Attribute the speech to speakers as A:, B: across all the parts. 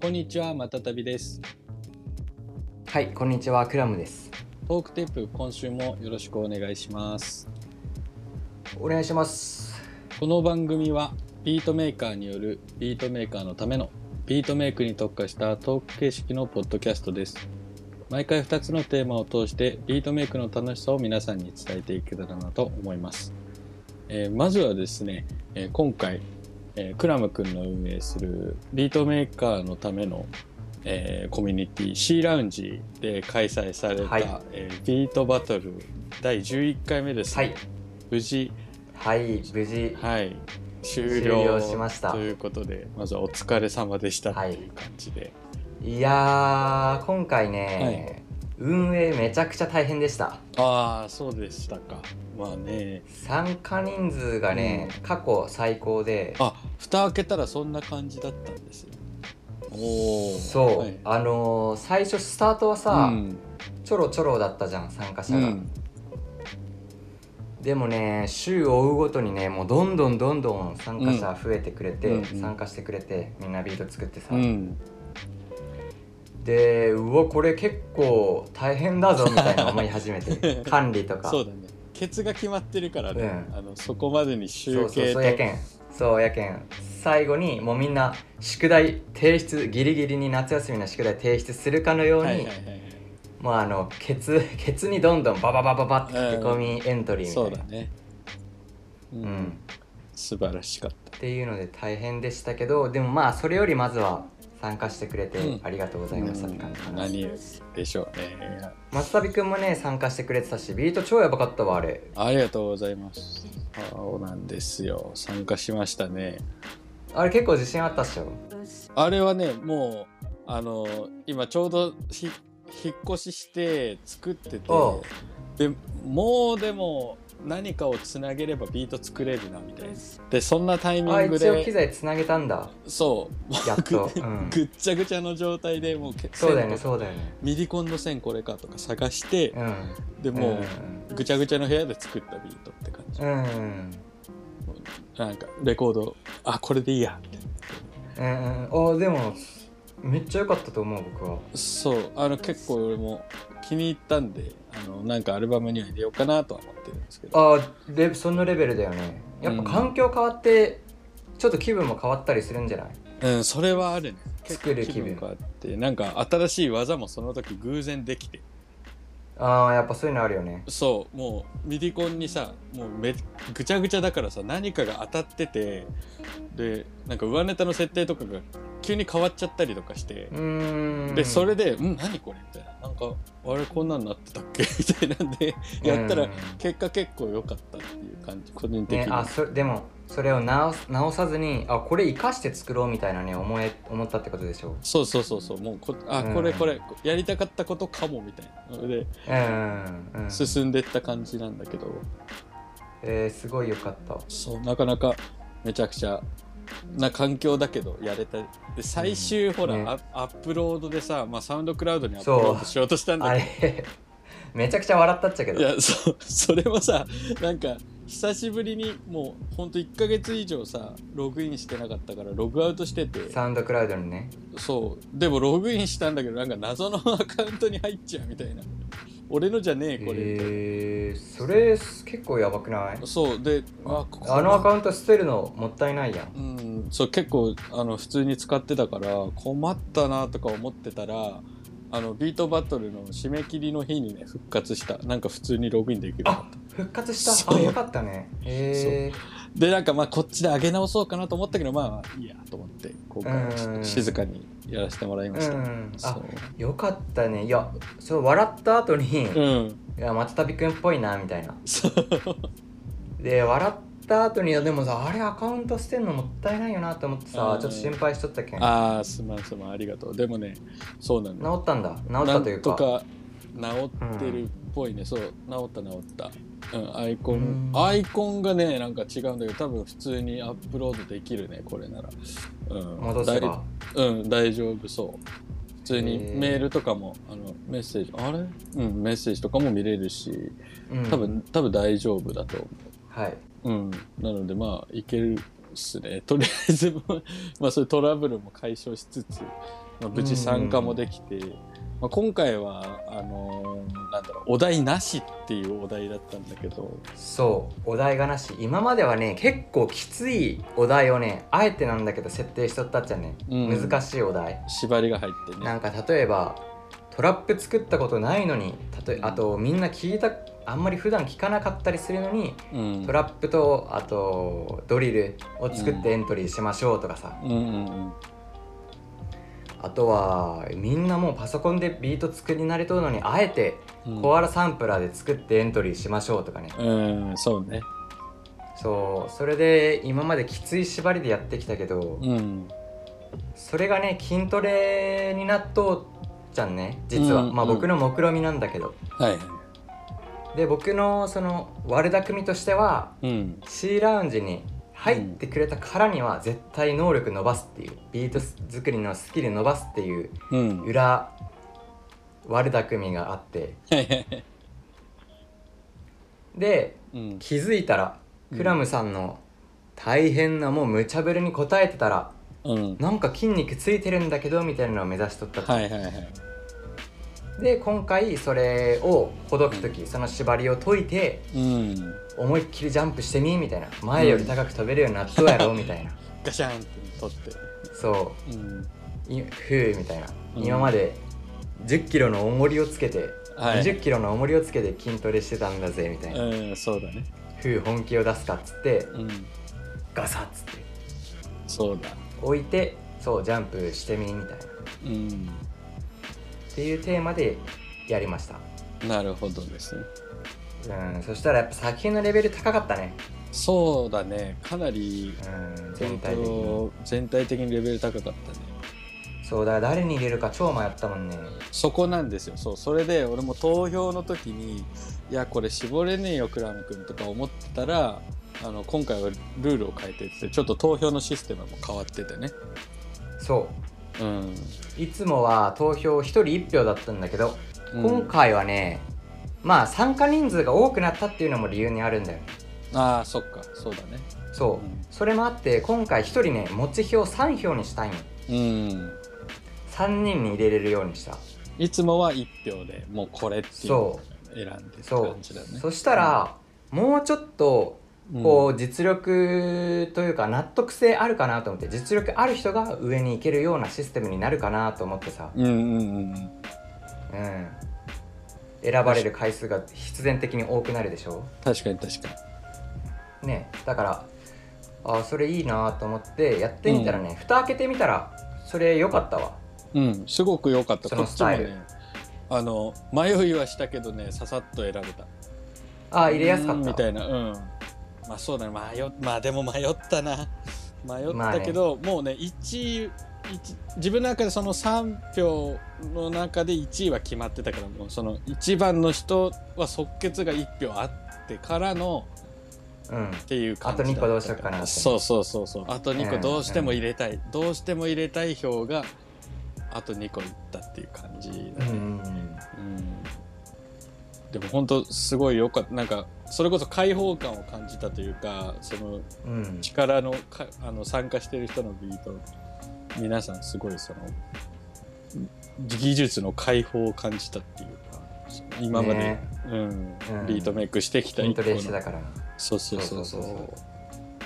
A: こんにちは、またたびです。
B: はい、こんにちは、クラムです。
A: トークテープ、今週もよろしくお願いします。
B: お願いします。
A: この番組は、ビートメーカーによるビートメーカーのためのビートメイクに特化したトーク形式のポッドキャストです。毎回2つのテーマを通してビートメイクの楽しさを皆さんに伝えていけたらなと思います。えーまずはですね、えー今回、えークラム君の運営するビートメーカーのための、えーコミュニティ C ラウンジで開催された、
B: はい
A: えービートバトル第11回目です、
B: は
A: ね
B: い、
A: 無事、
B: はい、無事、
A: はい、終了
B: 終了しました
A: ということでまずはお疲れ様でした
B: はい
A: っていう感じで、
B: いやー、今回ね、運営めちゃくちゃ大変でした。
A: ああそうでしたかまあね
B: 参加人数がね、過去最高で、
A: あ蓋開けたらそんな感じだったんですよおお
B: そう、
A: はい
B: あのー最初スタートはさ、
A: うん
B: ちょろちょろだったじゃん、参加
A: う
B: 者が。
A: ん、
B: でもね、週を追うごとにね、もうどんどんどんどん参加者増えてくれて、
A: うんうん
B: 参加してくれて、みんなビート作ってさ。
A: うん、
B: でうわこれ結構大変だぞみたいな思い始め て管理とか
A: そうだねケツが決まってるからね、
B: うん
A: あのそこまでに
B: そ
A: 集
B: うそう
A: 計
B: そ
A: と
B: うやけんそうやけん最後にもうみんな宿題提出ギリギリに夏休みの宿題提出するかのように、
A: はいはいはい
B: もうあのケツケツにどんどんバババババって駆け込みエントリーみたい
A: そう
B: な
A: だ、ねう、
B: うんん
A: 素晴らしかっ
B: っていうので大変でしたけどでもまあそれよりまずは参加してくれて
A: うん
B: ありがとうご
A: た、
B: ざいましたって感じか
A: うん、
B: な、
A: 何よりでしょうね
B: 松旅くんもね参加してくれてたしビート超やばかったわあれ
A: ありがとうございます。そうなんですよ。参加しましたね。
B: あれ結構自信あったっしょ
A: あれはね、もう、あの、今ちょうどひ引っ越しして作ってて、
B: おう
A: でもうでも何かをつなげればビート作れるなみたいな。で、そんなタイミ
B: あ
A: ング
B: 一応機
A: で、
B: 材つなげたんだ
A: そう、も
B: やっと、う、
A: うん ぐっちゃぐちゃの状態でもうけ
B: そうだよね
A: 線と
B: そうだよね
A: ミディコンの線これかとか探して
B: う、ん
A: でも
B: う
A: うぐちゃぐちゃの部屋で作ったビートって感じ。
B: んうん
A: なんかレコード、あ、これでいいやみたいな。
B: うんうんあでもめっちゃ良かったと思う僕は
A: そうあの結構俺も気に入ったんであのなんかアルバムには入れようかなとは思ってるんですけど
B: あレそのレベルだよねやっぱ環境変わって、ちょっと気分も変わったりするんじゃない
A: うんそれはあるね
B: 作る気分
A: があってなんか新しい技もその時偶然できて
B: ああやっぱそういうのあるよね
A: そうもうミディコンにさもうめぐちゃぐちゃだからさ何かが当たっててでなんか上ネタの設定とかが急に変わっちゃったりとかして
B: う、ーん
A: でそれで「うん何これ?」みたいななんかあれこんなんなってたっけみたいなんでやったら
B: うん
A: 結果結構良かったっていう感じ個人的に、
B: ねあそでもそれを直す直さずにあこれ生かして作ろうみたいなね思え思ったってことでしょ
A: そうそうそうそうもうこあ
B: うん
A: これこれやりたかったことかもみたいなので
B: うんうんうん
A: 進んでった感じなんだけど、
B: えー、すごい良かった
A: そうなかなかめちゃくちゃな環境だけどやれたで最終、ほら、
B: ね
A: アアップロードでさ、まあ、サウンドクラウドにアップロードしようとしたん
B: あ
A: だけ
B: れめちゃくちゃ笑ったっちゃけ
A: ど
B: ど
A: いやそうそれもさなんか久しぶりにもうほんと1ヶ月以上さログインしてなかったからログアウトしてて
B: サウンドクラウドにね
A: そうでもログインしたんだけどなんか謎のアカウントに入っちゃうみたいな俺のじゃねえこれみたいな。
B: えー、それ結構やばくない
A: そうであここ
B: あのアカウント捨てるのもったいないやん
A: うんそう結構あの普通に使ってたから困ったなとか思ってたらあのビートバトルの締め切りの日にね復活したなんか普通にログインできるようになった
B: 復活した
A: そう
B: あよかったねへえ
A: でなんかまあこっちで上げ直そうかなと思ったけどまあいいやと思って今回はちょっ
B: う
A: と
B: ん
A: 静かにやらせてもらいま
B: う
A: した、
B: ん
A: そ
B: あ
A: う
B: よかったねいやそう笑った後に、
A: う
B: い
A: ん
B: や松旅くんっぽいなみたいな
A: そう
B: で笑った後にいやでもさあれアカウント捨てるのもったいないよなと思ってさ、
A: うん
B: ちょっと心配しとったけん治
A: ああすまんすまんありがとうでもねそうなの
B: ったんだ治ったというか
A: なんとか治ってるっぽいね、そう治った治った、うん、アイコン
B: うん
A: アイコンがねなんか違うんだけど多分普通にアップロードできるねこれなら、うん、
B: 戻せば
A: 大うん大丈夫そう普通に
B: へー
A: メールとかもあのメッセージあれうんメッセージとかも見れるし
B: うん
A: 多分、多分大丈夫だと
B: はい
A: 思う、うん、なのでまあいけるすね。 とりあえず、まあそういうトラブルも解消しつつ、まあ、無事参加もできて、まあ、今回は、あのーなんだろう、お題なしっていうお題だったんだけど、
B: そうお題がなし今まではね結構きついお題をねあえてなんだけど設定しとったっちゃね、
A: うん
B: 難しいお題
A: 縛りが入って
B: な
A: ね。
B: んか例えばトラップ作ったことないのに例えあとみんな聞いたあんまり普段聞かなかったりするのに
A: うん
B: トラップとあとドリルを作ってエントリーしましょうとかさ、
A: うんうん
B: あとはみんなもうパソコンでビート作り慣れとるのにあえて
A: うん。
B: コアラサンプラーで作ってエントリーしましょうとかね、
A: うん、そうね。
B: そうそれで今まできつい縛りでやってきたけど、
A: うん。
B: それがね筋トレになっとうじゃんね実は、
A: うん
B: まあ
A: うん
B: 僕の目論見なんだけど
A: はいはい。
B: で僕のその悪巧みとしては
A: うん。
B: C ラウンジに入ってくれたからには絶対能力伸ばすっていうビート作りのスキル伸ばすっていう
A: うん。 はい
B: 裏悪巧みがあって
A: はいはい。
B: で
A: うん。
B: 気づいたらクラムさんの大変なもう無茶ぶりに応えてたら
A: うん。
B: なんか筋肉ついてるんだけどみたいなのを目指しとったと、
A: はいはいはい。
B: で今回それをほどく時その縛りを解いて
A: うん。
B: 思いっきりジャンプしてみみたいな前より高く飛べるようになっとうやろみたいな
A: ガシャンって取って。
B: そう
A: うん。
B: いふうみたいな、
A: うん
B: 今まで1 0キロの重りをつけて、
A: はい
B: 2 0キロの重りをつけて筋トレしてたんだぜみたいな、
A: うん、そうだね。
B: ふう本気を出すかっつって
A: うん。
B: ガサッつって
A: そうだ。
B: 置いてそうジャンプしてみみたいなっ
A: うん。
B: ていうテーマでやりました
A: なるほどですね。
B: うんそしたらやっぱ作品のレベル高かったね
A: そうだね。かなり
B: うん
A: 全
B: 全体
A: 体
B: 的に
A: 全体的にレベル高かったね。
B: そうだから誰に入れるか超迷ったもんね
A: そこなんですよ。そう。それで俺も投票の時に、いや、これ絞れねえよ、クラム君とか思ってたら、あの、今回はルールを変えてって、ちょっと投票のシステムも変わっててね。
B: そ
A: うん。
B: ういつもは投票1人1票だったんだけど、今回はねまあ参加人数が多くなったっていうのも理由にあるんだよね
A: ああ、そっか。そうだね。
B: そう、
A: うん
B: それもあって今回1人ね持ち票3票にしたいの
A: うん。
B: 3人に入れれるようにした
A: いつもは1票でもうこれっていうのを選んでって
B: そう
A: 感じだね。
B: そしたら、もうちょっと
A: うん
B: こう実力というか納得性あるかなと思って実力ある人が上に行けるようなシステムになるかなと思ってさ、
A: うんうんうん。
B: うん、選ばれる回数が必然的に多くなるでしょ
A: 確かに確か
B: ねだからあそれいいなと思ってやってみたらね、蓋開けてみたらそれ良かったわ
A: に。うん、すごく良かった。
B: そ
A: こ
B: の
A: っ
B: ス
A: ちも
B: タイル
A: ね、あの、迷いはしたけどね、ささっと選べた。
B: あ入れやすか
A: う
B: っ
A: ん
B: た
A: みたいな。うん。まあそうだね、迷っまあでも迷ったな。迷ったけど、もうね、1位、一自分の中でその3票の中で1位は決まってたから、もうその1番の人は即決が1票あってからの、
B: う
A: っ
B: ん
A: ていう感じだった
B: あと2個どうしよっかなって
A: そうそうそうそうあと2個どうしても入れたい、どうしても入れたい票があと2個いったっていう感じ
B: う
A: だ
B: んう
A: ね、
B: んうん
A: うんでも本当すごいよかったなんかそれこそ開放感を感じたというかその
B: うん、
A: 力のかあの参加してる人のビート皆さんすごいその技術の解放を感じたっていうかその今まで、
B: ね
A: うん
B: うん
A: ビートメイクしてきた
B: 筋
A: 一
B: ト
A: 個
B: レして
A: の
B: たからな
A: そうそうそう
B: そ
A: そうう
B: そ
A: そ
B: うそう
A: う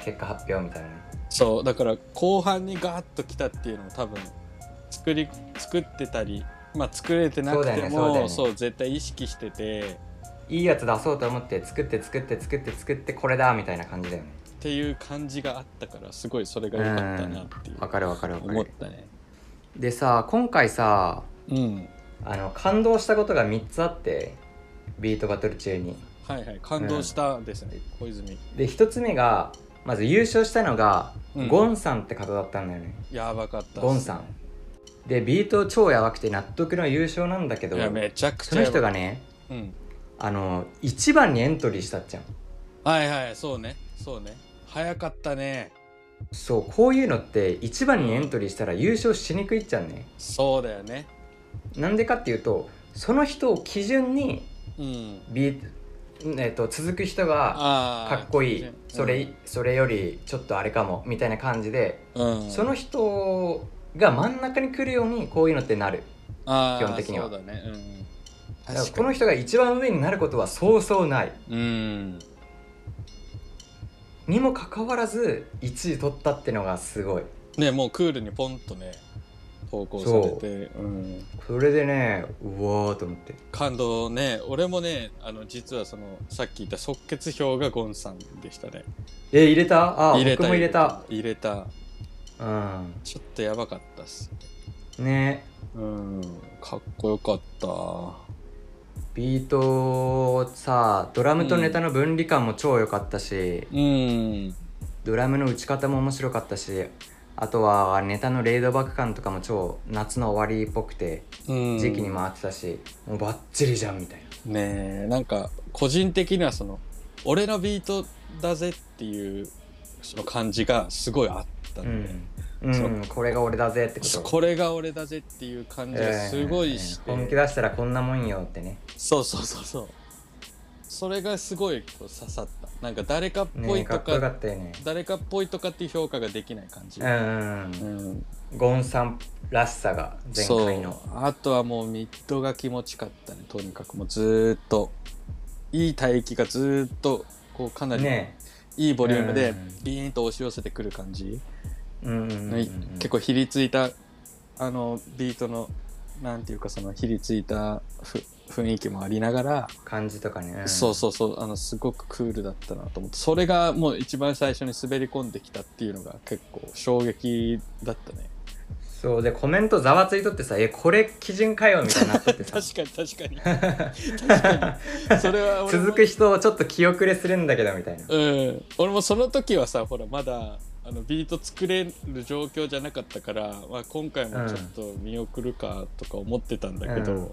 B: 結果発表みたいなね
A: そうだから後半にガーッと来たっていうのも多分作り作ってたり、まあ、作れてなくても
B: そうだよねそうだよね
A: そう絶対意識してて
B: いいやつ出そうと思って作って作って作って作ってこれだみたいな感じだよね
A: っていう感じがあったからすごいそれが良かったなっていう
B: わかるわかるわか
A: 思っ
B: る
A: たね。
B: でさ今回さ
A: うん、
B: あの感動したことが3つあってビートバトル中に
A: はいはい感動したですね、小泉
B: で1つ目がまず優勝したのが、
A: うん
B: ゴンさんって方だったんだよね
A: やばかったっす
B: ゴンさんでビート超やばくて納得の優勝なんだけど
A: いやめちゃくち
B: そ
A: ゃ
B: の
A: やばか
B: 人が
A: った
B: ね
A: うん、
B: あの1番にエントリーしたっちゃん
A: はいはいそうねそうね早かったね
B: そうこういうのって1番にエントリーしたら優勝しにくいっちゃんね
A: そうだよね
B: なんでかっていうとその人を基準に
A: うん
B: ビーえっと続く人が
A: あ
B: かっこいいそれ、それよりちょっとあれかもみたいな感じで
A: うん、
B: その人が真ん中に来るようにこういうのってなる
A: 基
B: 基本的には
A: そうだね、うん、
B: だから
A: 確
B: こ
A: か
B: の
A: に
B: 人が一番上になることはそうそうない
A: うん
B: にもかかわらず1位取ったってのがすごい
A: ねもうクールにポンとね投稿されてう、ん、
B: それでねうわーと思って
A: 感動ね俺もねあの実はそのさっき言った即決票がゴンさんでしたね
B: え入れたあ
A: 入れた
B: 僕も入れた
A: 入れた
B: うん
A: ちょっとやばかったっす
B: ね
A: うんかっこよかった
B: ビートさドラムとネタの分離感も超良かったし、
A: うん
B: ドラムの打ち方も面白かったしあとはネタのレードバック感とかも超夏の終わりっぽくて
A: うん
B: 時期に回ってたし、もうバッチリじゃんみたいな
A: ねえなんか個人的にはその俺のビートだぜっていうその感じがすごいあったん
B: う
A: で、
B: ん、
A: そう
B: うん、これが俺だぜってこと
A: これが俺だぜっていう感じがすごいして、
B: えー本気出したらこんなもんよってね
A: そうそうそうそうそれがすごいこう刺さったなんか誰かっぽ
B: ね
A: い
B: か
A: と
B: っこ
A: か
B: よかったよね
A: 誰かっぽいとかっていう評価ができない感じ、
B: うんうんうん
A: うん、
B: ゴンさんらしさが前
A: そ
B: 回
A: う
B: の
A: あとはもうミッドが気持ちかったねとにかくもうずーっといい帯域がずーっとこうかなり
B: ね
A: いいボリューム
B: う
A: で
B: ん
A: ビーンと押し寄せてくる感じ、
B: うんうんうんうん
A: 結構ひりついたあのビートのなんていうかそのひりついたふ雰囲気もありながら、
B: 感じとかね、ん
A: そうそうそうあのすごくクールだったなと思ってそれがもう一番最初に滑り込んできたっていうのが結構衝撃だった ね
B: そうでコメントざわついとってさ「えこれ基準かよ」みたいになっとってさ
A: 確かに確かに確か に それは俺も
B: 続く人をちょっと気遅れするんだけどみたいな
A: うん、俺もその時はさほらまだあのビート作れる状況じゃなかったから、まあ、今回もちょっと見送るかとか思ってたんだけど、
B: うん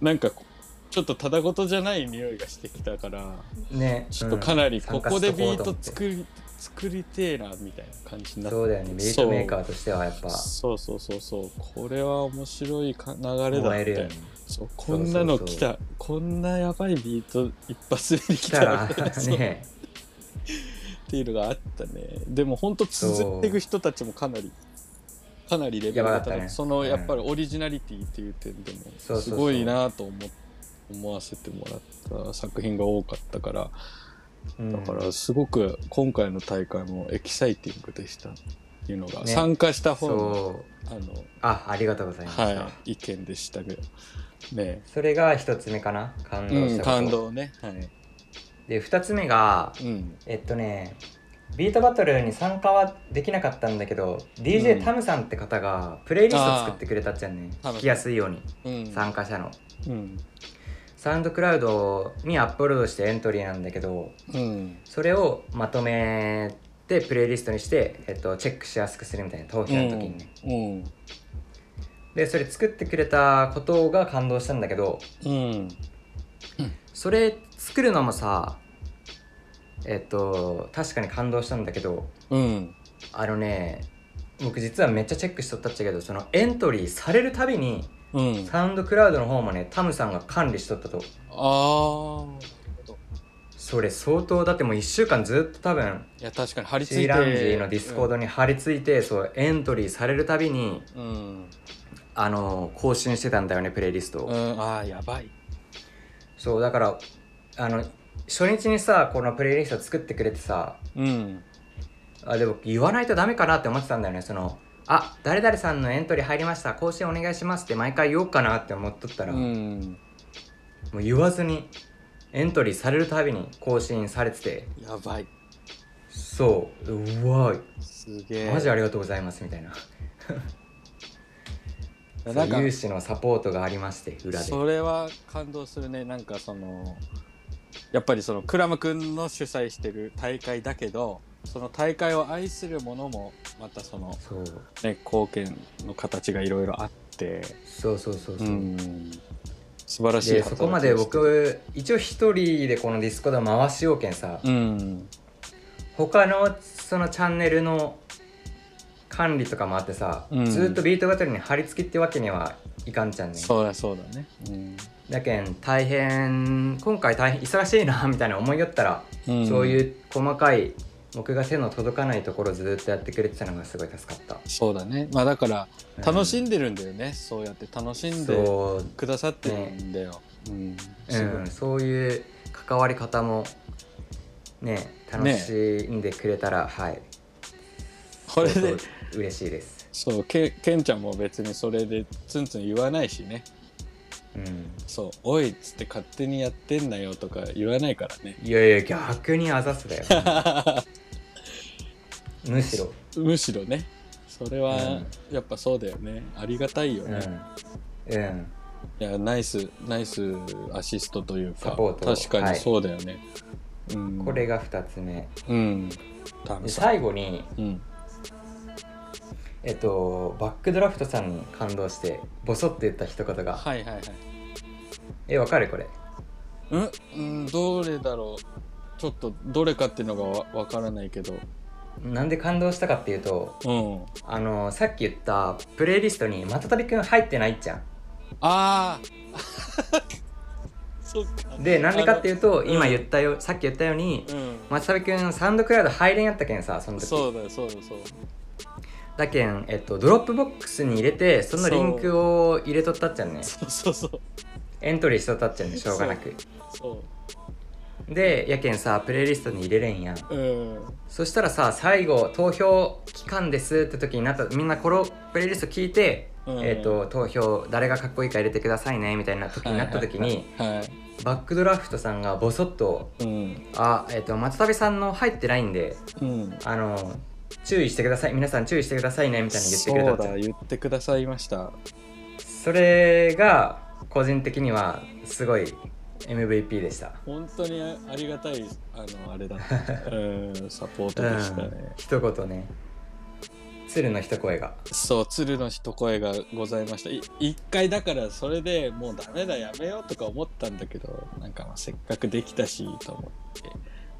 A: なんかこちょっとただごとじゃない匂いがしてきたから
B: ね
A: ちょっとかなりここでビート
B: る
A: 作り,、作りてえなみたいな感じになって
B: そうだよねビートメーカーとしてはやっぱ
A: そうそうそうそうこれは面白いか流れだ
B: 燃
A: っ
B: え
A: て
B: るよね
A: そうこんなの来たこんなやばいビート一発目に来
B: 来
A: た
B: た
A: ら
B: ら
A: みたいな そう
B: ね
A: っていうのがあったねでも本当続いていく人たちもかなりかなりレベル
B: やば
A: が
B: かった
A: 高
B: ね
A: くその
B: うん
A: やっぱりオリジナリティっていう点で
B: そう
A: も
B: そうそう
A: すごいなと思思わせてもらった作品が多かったから
B: うん
A: だからすごく今回の大会もエキサイティングでしたっていうのが
B: ね
A: 参加した方の,、
B: そ
A: あ
B: う
A: の
B: あありがとうございました、
A: はい、意見でしたけどね
B: それが一つ目かな感動
A: う
B: し
A: ん、
B: たこと、
A: 感動ねはい、
B: で二つ目が
A: うん、
B: えっとねビートバトルに参加はできなかったんだけど、
A: うん
B: DJ タムさんって方がプレイリスト作ってくれたっちゃんね
A: あー
B: 聞きやすいように
A: うん
B: 参加者の
A: うん
B: サウンドクラウドにアップロードしてエントリーなんだけど
A: うん
B: それをまとめてプレイリストにして、えっと、チェックしやすくするみたいな投票の時にね、
A: うん
B: でそれ作ってくれたことが感動したんだけど
A: うん
B: それ作るのもさえっと確かに感動したんだけど
A: うん
B: あのね僕実はめっちゃチェックしとったっちゃけどそのエントリーされるたびに
A: うん
B: サウンドクラウドの方もねタムさんが管理しとったと
A: ああ
B: それ相当だってもう1週間ずっと多分
A: いや確かに張り付い
B: C
A: て
B: ラウンジのディスコードに貼り付いて、そうエントリーされるたびに
A: うん、
B: あの更新してたんだよねプレイリストを、
A: うん、ああやばい
B: そうだからあの初日にさこのプレイリスト作ってくれてさ
A: うん
B: あでも言わないとダメかなって思ってたんだよねそのあ誰々さんのエントリー入りました更新お願いしますって毎回言おうかなって思っとった
A: う
B: ら、も
A: ん
B: う言わずにエントリーされるたびに更新されてて
A: やばい
B: そううわ
A: すげえ
B: マジありがとうございますみたいな
A: なんか
B: そう有志のサポートがありまして裏で
A: それは感動するねなんかそのやっぱりそのクラム君の主催してる大会だけどその大会を愛する者もまたその、
B: そう
A: ね、貢献の形がいろいろあって
B: そうそうそうそうう、
A: ん素晴らしい
B: で
A: 働き
B: そこまで僕一応一人でこのディスコード回しようけんさ、
A: うん
B: 他のそのチャンネルの管理とかもあってさ、
A: うん
B: ずっとビートバトルに貼り付きってわけにはいかんちゃんね
A: そうだそうだねうん
B: だけん大変今回大変忙しいなみたいな思いよったら、
A: うん
B: そういう細かい僕が手の届かないところずっとやってくれてたのがすごい助かっ
A: そうだねまあだから
B: た
A: 楽し
B: うん
A: んでるんだよね、そうやって楽しんで
B: そう
A: くださってるんだよ、うんすごい
B: うん、そういう関わり方もね楽しんでくれたら、はい
A: これで
B: そうそう嬉しいです、
A: そうけけんちゃんも別にそれでツンツン言わないしね
B: うん、
A: そう「おい」っつって勝手にやってんなよとか言わないからね
B: いやいや逆にあざすだよ むしろ、
A: むしろねそれはやっぱそうだよねありがたいよ
B: うん
A: ね、
B: うん、
A: いやナイスナイスアシストというか
B: サポートを
A: 確かにそうだよね、うん
B: これが2つ目
A: うんタ
B: で
A: ムさん
B: 最後に
A: うん
B: えっとバックドラフトさんに感動してボソって言った一言が、
A: はいはいはい
B: えわかるこれ
A: うん、うん、どれだろうちょっとどれかっていうのがわわからないけど
B: なんで感動したかっていうと
A: うん
B: あのさっき言ったプレイリストにまたたびくん入ってないじゃ
A: ああ そっか
B: んでなんでかっていうと
A: あの
B: 今
A: うん
B: 言ったよ、さっき言ったように
A: うん
B: またたびくんサウンドクラウド入れんやったけんさその時
A: そうだよそうだよそう
B: だけん、えっと、ドロップボックスに入れてそのリンクを入れとったっちゃんね
A: そうそうそう
B: エントリーしとったっちゃんねしょうがなく
A: そ
B: でやけんさプレイリストに入れれんやん
A: ううん
B: そしたらさ最後投票期間ですって時になったみんなこのプレイリスト聞いて、
A: うん
B: えっと投票誰がかっこいいか入れてくださいねみたいな時になった時に、
A: は
B: バックドラフトさんがボソッと
A: いうん
B: 「あえっ、と松旅さんの入ってないんで
A: うん
B: あの注意してください皆さん注意してくださいね」みたいに言ってくれた
A: そ
B: っ
A: う
B: て
A: だ言ってくださいました
B: それが個人的にはすごい MVP でした、
A: 本当にあありがたいあのあれだ うんサポート
B: う
A: でしたね、
B: ん、一言ね鶴の一声が
A: そう鶴の一声がございましたい一回だからそれでもうダメだやめようとか思ったんだけどなんかまあせっかくできたしと思って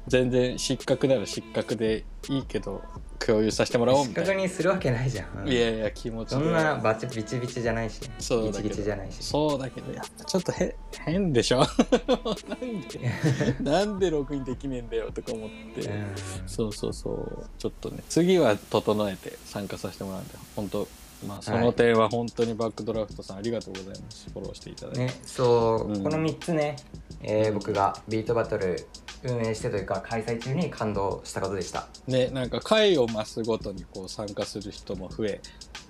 A: 全然失格なら失格でいいけど共有させてもらおう
B: 失
A: みたい
B: 格
A: な
B: にするわけないじゃん、うん
A: いやいや気持ち
B: そ
A: で
B: んなバチビチビチじゃないし、ね、
A: そう
B: ギ
A: だけ
B: チギ
A: ど
B: チじゃないし
A: そうだけどやっぱちょっとへ変でしょ なんで なんでログインできねえんだよとか思って、
B: うん
A: そうそうそうちょっとね次は整えて参加させてもらうんで本当まあその点は本当にバックドラフトさんありがとうございますフォローしていただいて、
B: ね、そ
A: う
B: う、
A: ん
B: この3つね、えー僕がビートバトル運営してというか開催中に感動したことでした
A: ね、なんか回を増すごとにこう参加する人も増え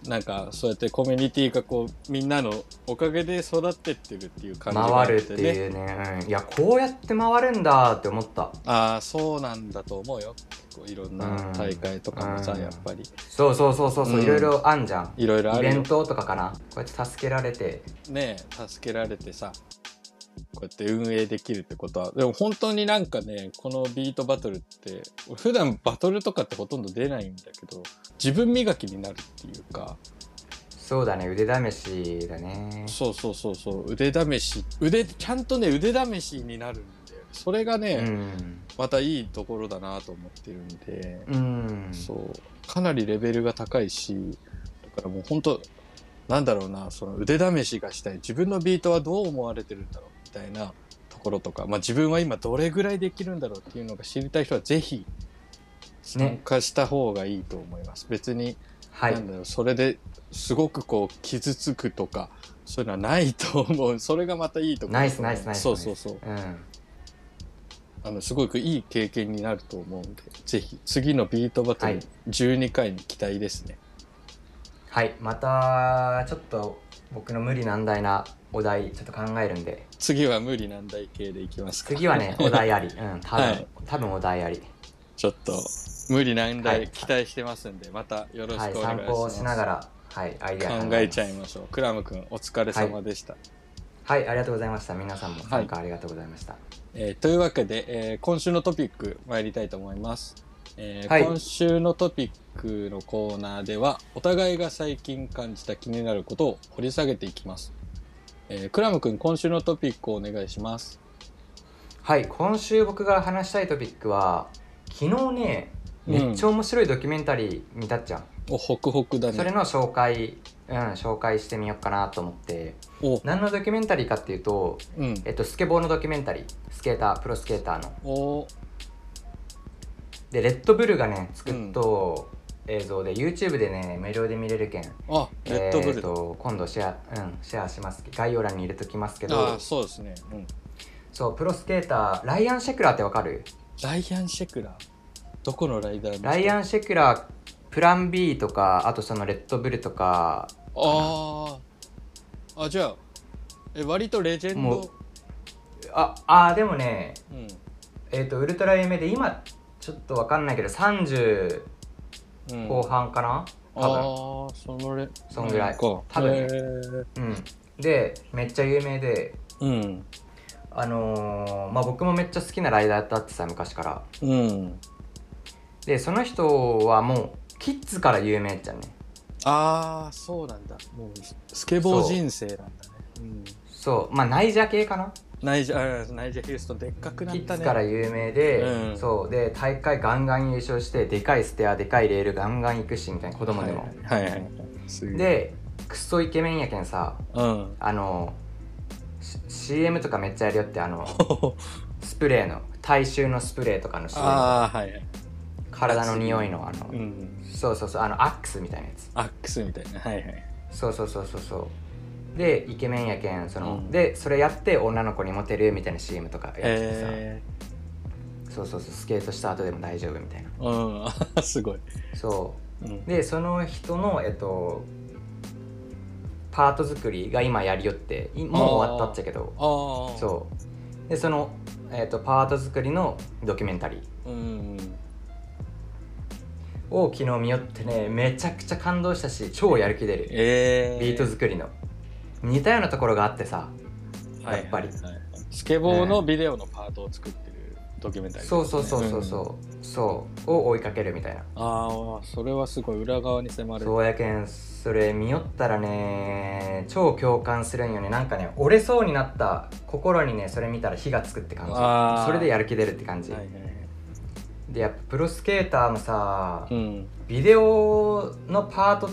A: なんかそうやってコミュニティがこうみんなのおかげで育ってってるっていう感じがあ
B: 回
A: って、ね、
B: るっていうねうん、いやこうやって回るんだって思った
A: ああそうなんだと思うよ結構いろんな大会とかもさ、
B: うん
A: やっぱり
B: そうそうそうそうそう、
A: うん
B: いろいろあんじゃん
A: いろいろあ
B: イ
A: る
B: ベ
A: よ
B: ントとかかなこうやって助けられて
A: ね助けられてさこうやって運営できるってことはでも本当になんかねこのビートバトルって普段バトルとかってほとんど出ないんだけど自分磨きになるっていうか
B: そうだね腕試しだね
A: そうそうそうそう腕試し腕ちゃんとね腕試しになるんでそれがね、
B: うん、
A: またいいところだなと思ってるんで、
B: うん、
A: そうかなりレベルが高いしだからもう本当なんだろうなその腕試しがしたい自分のビートはどう思われてるんだろうみたいなところとか、まあ、自分は今どれぐらいできるんだろうっていうのが知りたい人はぜひ参加した方がいいと思います、別に、
B: はい
A: なんだろうそれですごくこう傷つくとかそういうのはないと思うそれがまたいいところ
B: ナイスナイスナイス
A: そうそうそう
B: うん
A: あのすごくいい経験になると思うんでぜひ次のビートバト
B: は
A: ル
B: い
A: 12回に期待ですね、
B: はいまたちょっと僕の無理難題なお題ちょっと考えるんで
A: 次は無理難題系でいきますか
B: 次 はねお題ありうん多分、
A: はい
B: 多分お題あり
A: ちょっと無理難
B: は
A: 題
B: い
A: 期待してますんで、またよろし
B: はい
A: くお願いします、
B: 参考しながらはいアイデア
A: 考えちゃいましょうクラム君お疲れ様でした、
B: はいありがとうございました皆さん
A: は
B: も
A: い
B: 参加ありがとうございました、
A: えーというわけで、えー今週のトピック参りたいと思います、えー
B: はい
A: 今週のトピックのコーナーではお互いが最近感じた気になることを掘り下げていきます、えークラム君今週のトピックをお願いします
B: はい今週僕が話したいトピックは昨日ねめっちゃ面白いドキュメンタリー見たっちゃん、
A: おホクホクだ
B: それ
A: ね
B: の紹介、うん、紹介してみようかなと思って
A: お
B: 何のドキュメンタリーかっていうと、
A: うん
B: えっと、スケボーのドキュメンタリースケータープロスケーターの
A: お
B: でレッドブルがね作っと映像で、YouTube でね無料で見れるけん
A: あレッドブ
B: え
A: ル
B: ー
A: だ、
B: と今度シェア、うん、シェアします概要欄に入れときますけ
A: あ
B: ど
A: あそうですね、うん、
B: そうプロスケーターライアン・シェクラーってわかる
A: ライアン・シェクラーどこのライダーの人
B: ライアン・シェクラープラン B とかあとそのレッドブルとか
A: あーあじゃあえ割とレジェン
B: もう
A: ド、
B: ああーでもね
A: うん
B: えっ、とウルトラ夢で今ちょっとわかんないけど30
A: うん、
B: 後半かな、多分
A: ああそのレ
B: そんぐらい
A: か多
B: 多分ね
A: 分
B: うん、でめっちゃ有名で
A: うん
B: あのーまあ僕もめっちゃ好きなライダーだってさ昔から
A: うん
B: でその人はもうキッズから有名じゃんね
A: ああそうなんだもうスケボー人生なんだねうん
B: そうまあナイジャ系かな
A: ナイジャあナイジャヒューストンでっかくなっ
B: キッ
A: た
B: ズ
A: ね
B: から有名で、
A: うん
B: そうで大会ガンガン優勝してでかいステアでかいレールガンガン行くしみたいな子供でも、
A: はいはいはいはいすごい
B: でクソイケメンやけんさ
A: うん
B: あのし CM とかめっちゃやるよってあのスプレーの体臭のスプレーとかの CM
A: ああはいはい
B: 体の匂いのあの、
A: うん
B: そうそうそうあのアックスみたいなやつ
A: アックスみたいなはいはい
B: そうそうそうそうそうでイケメンやけんその、
A: うん
B: でそれやって女の子にモテるみたいな CM とかやっててさ、
A: え
B: そうそうそうスケートした後でも大丈夫みたいな
A: ー、うんあすごい、
B: そう
A: うん、
B: でその人のえっとパート作りが今やりよっていもう終わったっちゃけど
A: ああ
B: そうでその、えっと、パート作りのドキュメンタリー
A: ううん
B: を昨日見よってねめちゃくちゃ感動したし超やる気出る
A: えー、
B: ビート作りの似たようなところがあってさやっぱり
A: はいはいはいスケボーのビデオのパートを作ってるドキュメンタリーです
B: そ
A: ね、
B: うそうそうそうそう、そうを追いかけるみたいな
A: ああそれはすごい裏側に迫る
B: そうやけんそれ見よったらね超共感するんよねなんかね折れそうになった心にねそれ見たら火がつくって感
A: あー
B: じそれでやる気出るって感じ、
A: はいはいはい
B: でやっぱプロスケーターもさ、
A: うん
B: ビデオのパート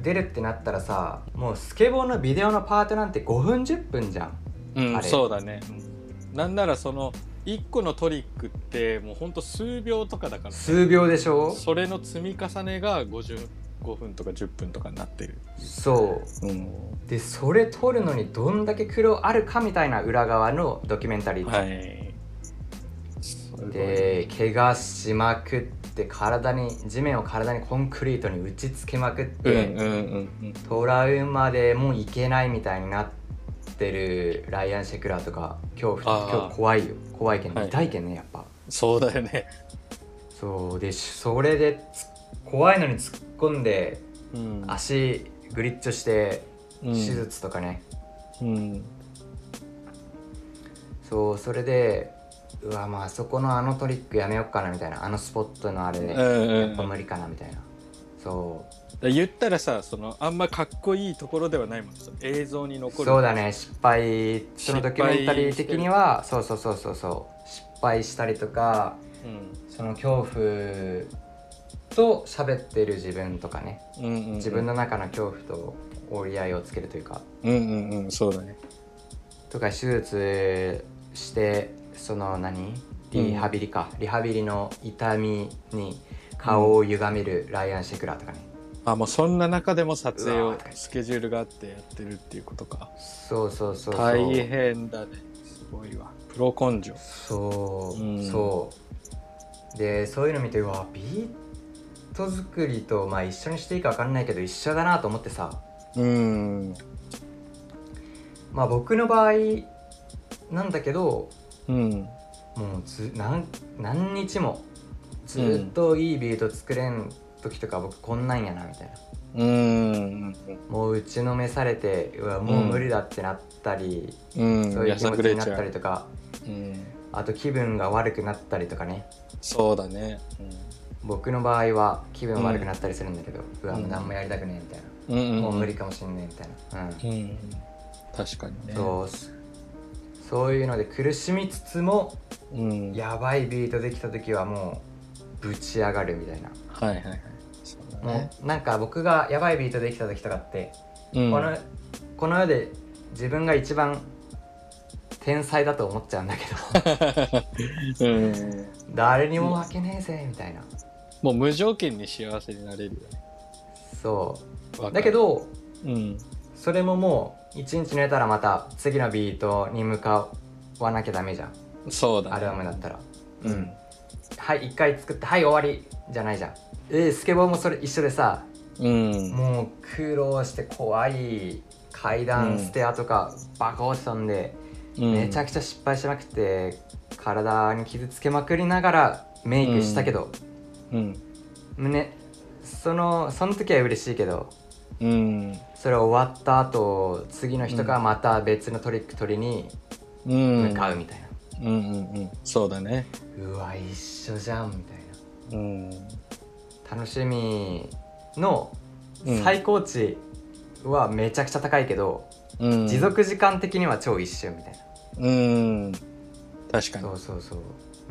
B: 出るってなったらさもうスケボーのビデオのパートなんて5分10分じゃん
A: う
B: あ
A: ん、
B: れ
A: そうだね、うんなんならその1個のトリックってもうほんと数秒とかだから
B: 数秒でしょ
A: それの積み重ねが55分とか10分とかになってる、
B: そう
A: うん、
B: でそれ撮るのにどんだけ苦労あるかみたいな裏側のドキュメンタリー
A: はいすごい
B: で怪我しまくって体に地面を体にコンクリートに打ちつけまくっ
A: うんう
B: て、
A: んうんうん
B: トラウマでもういけないみたいになってるライアン・シェクラーとか恐
A: あー
B: 怖今日怖いよ怖いけど
A: はい
B: 痛いけどねやっぱ、
A: そうだよね、
B: そうでそれでつ怖いのに突っ込んで
A: うん
B: 足グリッチョして
A: うん
B: 手術とかね、
A: うん
B: そうそれでうわまああそこのあのトリックやめよっかなみたいなあのスポットのあれで、
A: うん
B: やっ
A: うん
B: ぱ無理かなみたいなそう
A: だ言ったらさそのあんまかっこいいところではないもんその映像に残る
B: そうだね失敗そ
A: 失
B: のド
A: 敗
B: キュメンタリー的にはそうそうそうそうそう失敗したりとかその恐怖と喋ってる自分とかね
A: うん、うんうんうん
B: 自分の中の恐怖と折り合いをつけるというか
A: うんうんうんそうだね
B: とか手術してその何リハビリか、リハビリの痛みに顔を歪めるライアン・シェクラーとかね、
A: あもうそんな中でも撮影
B: う
A: を
B: わー
A: スケジュールがあってやってるっていうことか
B: そうそうそうそう
A: 大変だねすごいわプロ根性
B: そう、
A: うん
B: そうでそういうの見てうわビート作りと、まあ、一緒にしていいか分かんないけど一緒だなと思ってさ、
A: うん
B: まあ、僕の場合なんだけど
A: うん
B: もうず何何日もずっといいビート作れん時とか僕こんなんやなみたいな
A: うん
B: もう打ちのめされてうわもう無理だってなったり、
A: うん
B: そういう
A: や
B: 気
A: さ
B: 持ち
A: ぐ
B: に
A: れ
B: なっ
A: ちゃ
B: たり
A: う、
B: とか
A: うん、
B: あと気分が悪くなったりとかね
A: そうだね
B: 僕の場合は気分悪くなったりするんだけど、うわもう何もやりたくねえみたいな。
A: うんうんうん
B: もう無理かもしんねえみたいな、うん
A: うんうん確かにね
B: そうそういうので苦しみつつも
A: う、うん、
B: やばいビートできた時はもうぶち上がるみたいな
A: はいはいはいそうだね
B: もうなんか僕がやばいビートできた時とかって
A: うん
B: このこの世で自分が一番天才だと思っちゃうんだけ ど
A: うん
B: 誰にも負けねえぜみたいな
A: もう無条件に幸せになれるよね
B: そ
A: わか
B: う
A: る
B: だけど
A: うん
B: それももう一日寝たらまた次のビートに向かわなきゃダメじゃん
A: そうだ、ね、
B: アルバムだったら
A: うん
B: はい一回作ってはい終わりじゃないじゃんえースケボーもそれ一緒でさ
A: うん
B: もう苦労して怖い階
A: うん
B: 段ステアとかバカ落ちたんで、めちゃ
A: くち
B: くちゃ失敗しまくって体に傷つけまくりながらメイクしたけど、
A: ゃうん
B: ねそのその時は嬉しいけど
A: うん
B: それ終わった後次の日とかまた別のトリック取りに
A: うん
B: 向かうみたいな、
A: うんうんうんそうだね
B: うわ一緒じゃんみた
A: う
B: い
A: ん
B: な楽しみの
A: うん
B: 最高値はめちゃくちゃ高いけど、
A: うん
B: 持続時間的には超一瞬みたいな、
A: うん確かに
B: そうそうそう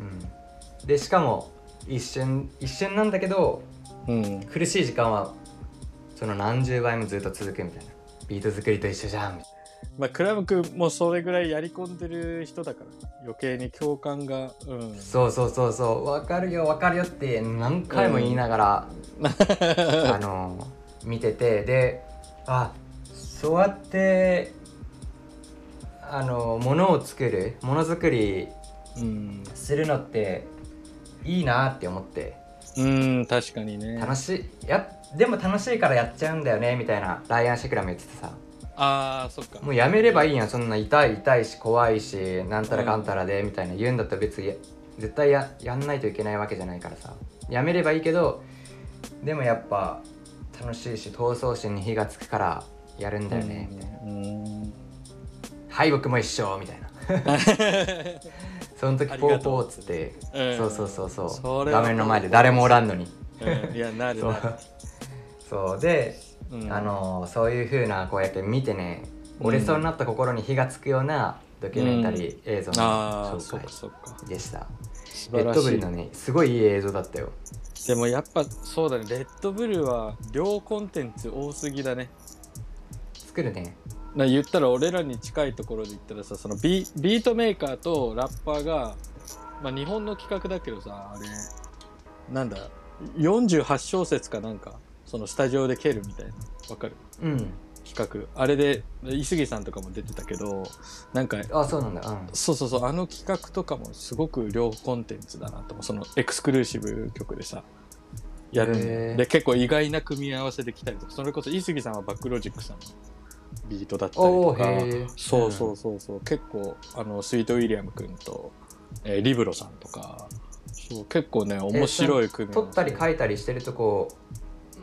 B: うんでしかも一瞬一瞬なんだけど
A: うん
B: 苦しい時間はその何十倍もずっと続くみたいなビート作りと一緒じゃんみたい
A: まあクラブ君もそれぐらいやり込んでる人だから余計に共感がうん
B: なそうそうそうそう分かるよ分かるよって何回も言いながら、あの見ててであそうやってあのものを作るものづくり
A: うん
B: するのっていいなって思って
A: うん確かにね
B: 楽しいやでも楽しいからやっちゃうんだよねみたいなライアン・シェクラも言っててさ
A: ああそっか
B: もうやめればいいやんそんな痛い痛いし怖いしなんたらかんたらでみたいな言うんだったら別にや絶対ややんないといけないわけじゃないからさやめればいいけどでもやっぱ楽しいし闘争心に火がつくからやるんだよねみたいな
A: うん
B: はい僕も一緒みたいな その時
A: あり
B: ポ
A: が
B: ー
A: と
B: ポ
A: う
B: ーっつって
A: うん
B: そうそうそうそう
A: それは
B: 画面の前で誰もおらんのに
A: うんいやなる
B: そう
A: なる
B: そうで
A: うん
B: あのそういう風なこうやって見てね折れそうになった心に火がつくようなドキュメンタリー映像
A: あ
B: の
A: あそっ
B: 紹
A: か
B: 介
A: そっか
B: でした、
A: 素晴
B: レッ
A: ら
B: ドブ
A: し
B: ル
A: い
B: のねすごいいい映像だったよ
A: でもやっぱそうだねレッドブルは両コンテンツ多すぎだね
B: 作るね
A: な言ったら俺らに近いところで言ったらさそのビビートメーカーとラッパーが、まあ、日本の企画だけどさあれなんだ48小節かなんかそのスタジオで蹴るみたいなわかる
B: うん
A: 企画あれで伊杉さんとかも出てたけどなんか
B: あそうなんだうん
A: そうそうそうあの企画とかもすごく両コンテンツだなと思うそのエクスクルーシブ曲でさやるんだよ
B: へー
A: で結構意外な組み合わせできたりとかそれこそ伊杉さんはバックロジックさんのビートだったり
B: お
A: と
B: お
A: か
B: へえ
A: そうそうそうそう、結構あのスイートウィリアム君と、えーリブロさんとかそう結構ね面白い組み合
B: 撮
A: わ
B: っ
A: せ
B: たり書いたりしてるとこ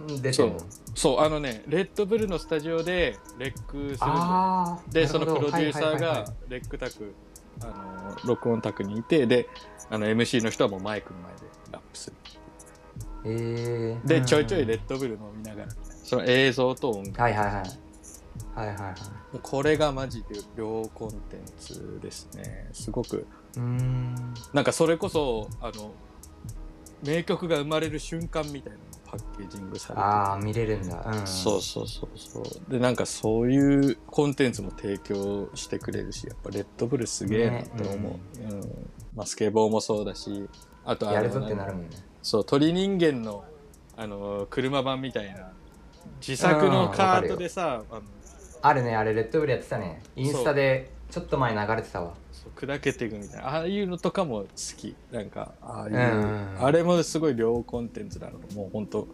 B: うん出てるの
A: そうあのねレッドブルのスタジオでレックするんだよ
B: ああ
A: でそのプロデューサー
B: はいはいはい
A: が
B: はい
A: レックタクあの録音タクにいてであの MC の人はもうマイクの前でラップする
B: えー、
A: でちょいちょいレ
B: で
A: ッドブル飲みながらその映像と音楽
B: はいはいはいはいはいはい
A: これがマジで両コンテンツですねすごく
B: うーん
A: なんかそれこそあの名曲が生まれる瞬間みたいなのがパッケージングされてて
B: ああ見れるんだうん
A: そうそうそうそうでなんかそういうコンテンツも提供してくれるしやっぱレッドブルすげえなって思う、
B: ね
A: うんまあ、スケボーもそうだしあとあの
B: やるぞってなるもんね
A: そう鳥人間のあの車版みたいな自作
B: うん
A: の
B: わ
A: カ
B: かる
A: ー
B: よ
A: トでさあの
B: あるねあれレッドブルやってたねインスタでちょっと前流れてたわ
A: そう砕けていくみたいなああいうのとかも好きなんかああいう、
B: うん
A: あれもすごい両コンテンツだろうもう本当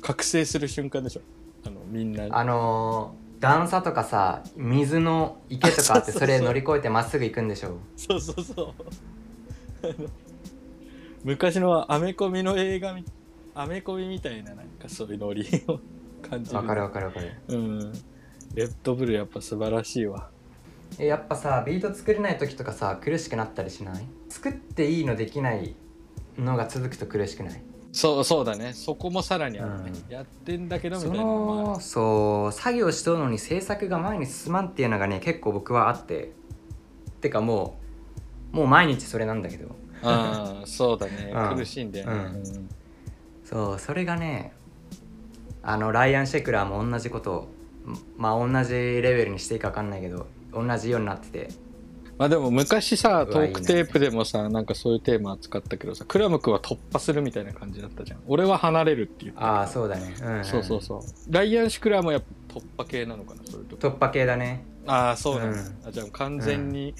A: 覚醒する瞬間でしょあのみんな
B: あのー段差とかさ水の池とかあ
A: そうそ
B: って
A: うそう
B: それ乗り越えてまっすぐ行くんでしょ
A: そうそうそう。昔のアメコミの映画み、アメコミみたいななんかそういうノリを感じる。
B: わかるわかるわかる
A: うん。レッドブルやっぱ素晴らしいわ。
B: えやっぱさビート作れない時とかさ苦しくなったりしない作っていいのできないのが続くと苦しくない
A: そうそうだね。そこもさらにあるね。
B: う
A: やってんだけどみ
B: そ
A: たいなのもあ
B: の
A: る。
B: そう作業しとるのに制作が前に進まんっていうのがね結構僕はあっててかもうもう毎日それなんだけど
A: ああ、そうだね
B: う。ん
A: 苦しいんだよね。うん
B: そうそれがねあのライアン・シェクラーも同じことをまあ同じレベルにしていいか分かんないけど同じようになってて
A: まあでも昔さ
B: うわ
A: トークテープでもさなんかそういうテーマ扱ったけどさクラム君は突破するみたいな感じだったじゃん俺は離れるっていう
B: ああそうだね、うんん
A: そうそうそうライアン・シクラーもやっぱ突破系なのかなそれと
B: 突破系だね
A: ああそうなんだ、
B: う
A: あじゃあ完全に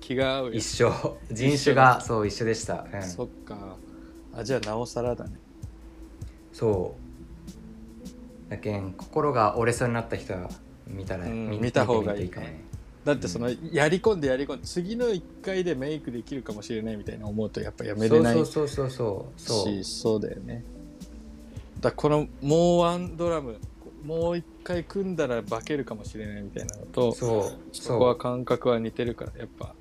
A: 気が合うや
B: 一
A: つ、
B: 緒人種がそう一緒でした、うん、
A: そっかあじゃあなおさらだね
B: そうだけん心が折れそうになった人は見たら、
A: うん
B: み
A: 見た方がいい
B: 見てみるとね
A: だってそのやり込んでやり込んで次の1回でメイクできるかもしれないみたいな思うとやっぱやめれない
B: そう
A: し
B: そうそうそうそうそう
A: そうだよねだからこのもうワンドラムもう1回組んだら化けるかもしれないみたいなのとそ
B: そう
A: こは
B: そ
A: 感覚は似てるからやっぱ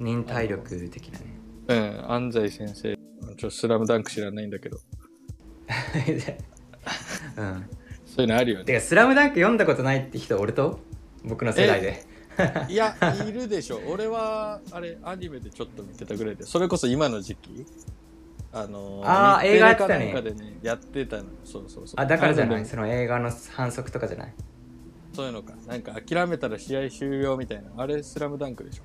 B: う忍耐力的 なね
A: うん安西先生ちょスラムダンク知らないんだけど
B: うん
A: そういうのあるよね
B: てか「スラムダンク読んだことないって人俺と僕の世代で
A: いや、いるでしょ。俺は、あれ、アニメでちょっと見てたぐらいで、それこそ今の時期、あの
B: あー
A: 日テレ
B: 映画やってたね
A: かなんかでね、やってたの。そうそうそう。
B: あだからじゃ
A: あ
B: ない
A: でも
B: その映画の反則とかじゃない
A: そういうのか。なんか諦めたら試合終了みたいな。あれ、スラムダンクでしょ。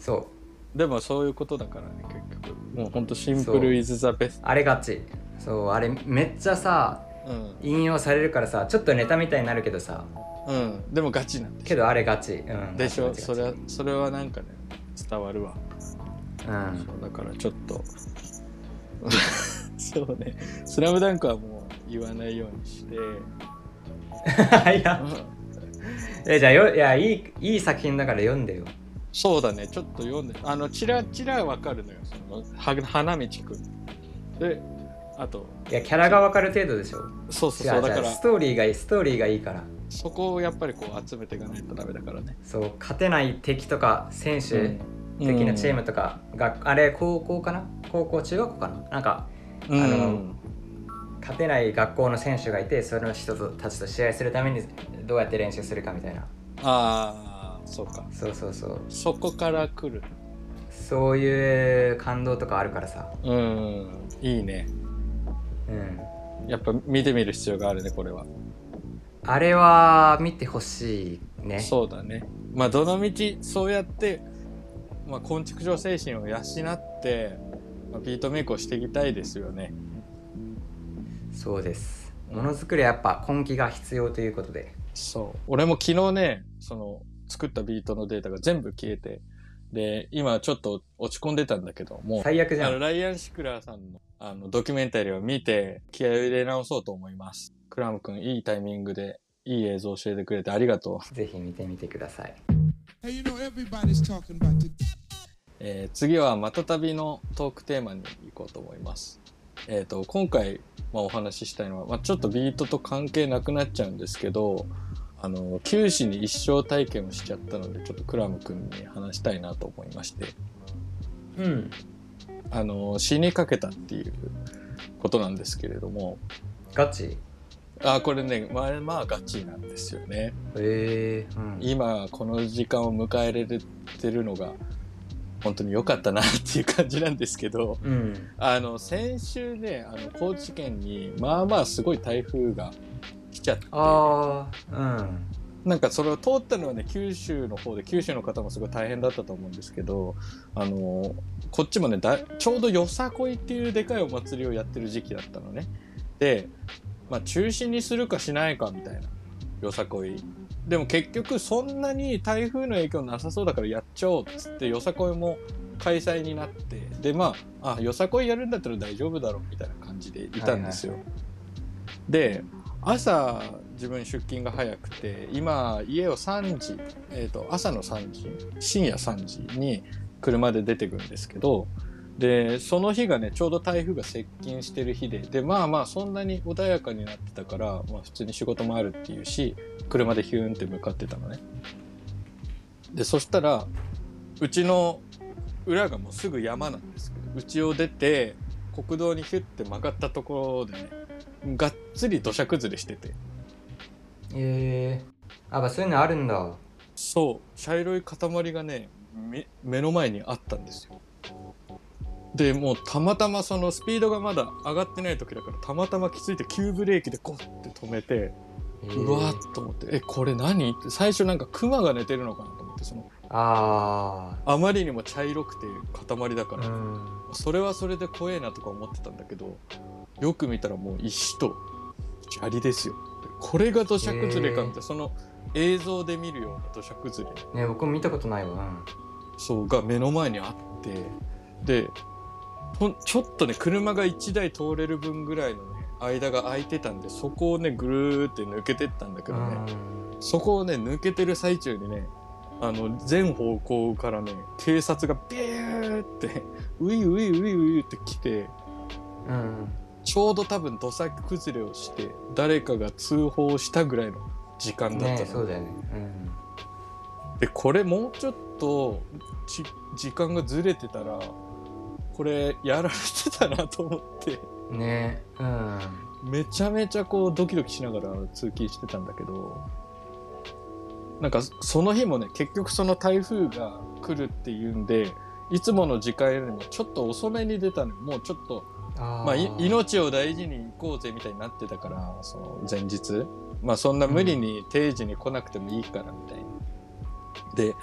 B: そう
A: でもそういうことだからね、結局。もうほんとシンプルイズザベス
B: あれがちそうあれめっちゃさ
A: ト。うん。
B: 引用されるからさちょっとネタみたいになるけどさ
A: うん。でもガチなんでし
B: けどあれがち、うん、
A: ょ。でし
B: ガ
A: ょ。
B: チガ
A: そ
B: チ
A: れは、それはなんかね、伝わるわ。
B: うん
A: そうだからちょっと そうね「スラムダンクはもう言わないようにして、
B: いやえじゃあよいやいいいい作品だから読んでよ
A: そうだねちょっと読んであのチラチラわかるのよそのは花道くんであと
B: いやキャラが分かる程度でしょ
A: そうそう
B: 違
A: そううだ
B: 違
A: か
B: う
A: ら
B: ストーリーがいいストーリーがいいから
A: そこをやっぱりこう集めていかないとダメだからね
B: そう勝てない敵とか選手的なチームとかが、あれ高校かな高校中学校かななんか
A: うん
B: あの勝てない学校の選手がいてその人たちと試合するためにどうやって練習するかみたいな
A: ああそうか
B: そうそうそう
A: そこから来る
B: そういう感動とかあるからさ
A: うんいいね
B: うん
A: やっぱ見てみる必要があるねこれは
B: あれは見てほしいね
A: そうだね。まあ、どの道、そうやって、まあ、昆虫上精神を養って、まあ、ビートメイクをしていきたいですよね。
B: そうですものづくりはやっぱ根気が必要ということで
A: そう。俺も昨日ね、その、作ったビートのデータが全部消えて、で、今ちょっと落ち込んでたんだけど、もう、
B: 最悪じゃ
A: あの、
B: ん
A: ライアン・シクラーさんの、あの、ドキュメンタリーを見て、気合を入れ直そうと思います。クラム君、いいタイミングで、いい映像を教えてくれてありがとう。
B: ぜひ見てみてください
C: Hey, you know everybody's talking about the
A: えー次はまたたびのトークテーマに行こうと思います。えー、と今回、まあ、お話ししたいのは、まあ、ちょっとビートと関係なくなっちゃうんですけどあの九死に一生体験をしちゃったのでちょっとクラム君に話したいなと思いまして
B: うん
A: あの死にかけたっていうことなんですけれども
B: ガチ
A: あーこれねまあまあガチなんですよね。
B: えー、うん
A: 今この時間を迎えられてるのが本当に良かったなっていう感じなんですけど。
B: うん
A: あの先週ねあの高知県にまあまあすごい台風が来ちゃって
B: ああうん
A: なんかそれを通ったのはね九州の方で九州の方もすごい大変だったと思うんですけどあのこっちもねだちょうどよさこいっていうでかいお祭りをやってる時期だったのねで、まあ、中止にするかしないかみたいなよさこいでも結局そんなに台風の影響なさそうだからやっちゃおうっつってよさこいも開催になってでまああよさこいやるんだったら大丈夫だろうみたいな感じでいたんですよ、で朝自分出勤が早くて今家を3時、えー、と朝の3時深夜3時に車で出てくんですけどでその日がねちょうど台風が接近してる日ででまあまあそんなに穏やかになってたから、まあ、普通に仕事もあるっていうし車でヒューンって向かってたのねでそしたらうちの裏がもうすぐ山なんですけどうちを出て国道にヒュッて曲がったところでねがっつり土砂崩れしてて
B: ええあまあそういうのあるんだ
A: そう茶色い塊がねめ目の前にあったんですよでもうたまたまそのスピードがまだ上がってない時だからたまたま気づいて急ブレーキでゴッて止めて
B: えー
A: うわーっと思って「えこれ何?」って最初なんかクマが寝てるのかなと思ってその
B: あ
A: あまりにも茶色くて塊だか
B: あ
A: ら、
B: うん
A: それはそれで怖えなとか思ってたんだけどよく見たらもう石と砂利ですよこれが土砂崩れかみたいな、
B: へえ
A: その映像で見るような土砂崩れ
B: ね僕も見たことないわうん
A: そうが目の前にあってでほんちょっとね車が1台通れる分ぐらいの、ね、間が空いてたんでそこをねぐるーって抜けてったんだけどね、
B: うん
A: そこをね抜けてる最中にねあの全方向からね警察がビューってウイウイウイウイって来て
B: うん
A: ちょうど多分土砂崩れをして誰かが通報したぐらいの時間だった
B: ね
A: の
B: そうだよね
A: でこれもうちょっとち時間がずれてたらこれやられてたなと思って
B: うんねうん
A: めちゃめちゃこうドキドキしながら通勤してたんだけどなんかその日もね結局その台風が来るっていうんでいつもの時間よりもちょっと遅めに出たのよもうちょっと
B: あー
A: まあ、い命を大事に行こうぜみたいになってたからその前日、まあ、そんな無理に定時に来なくてもいいからみたいな、で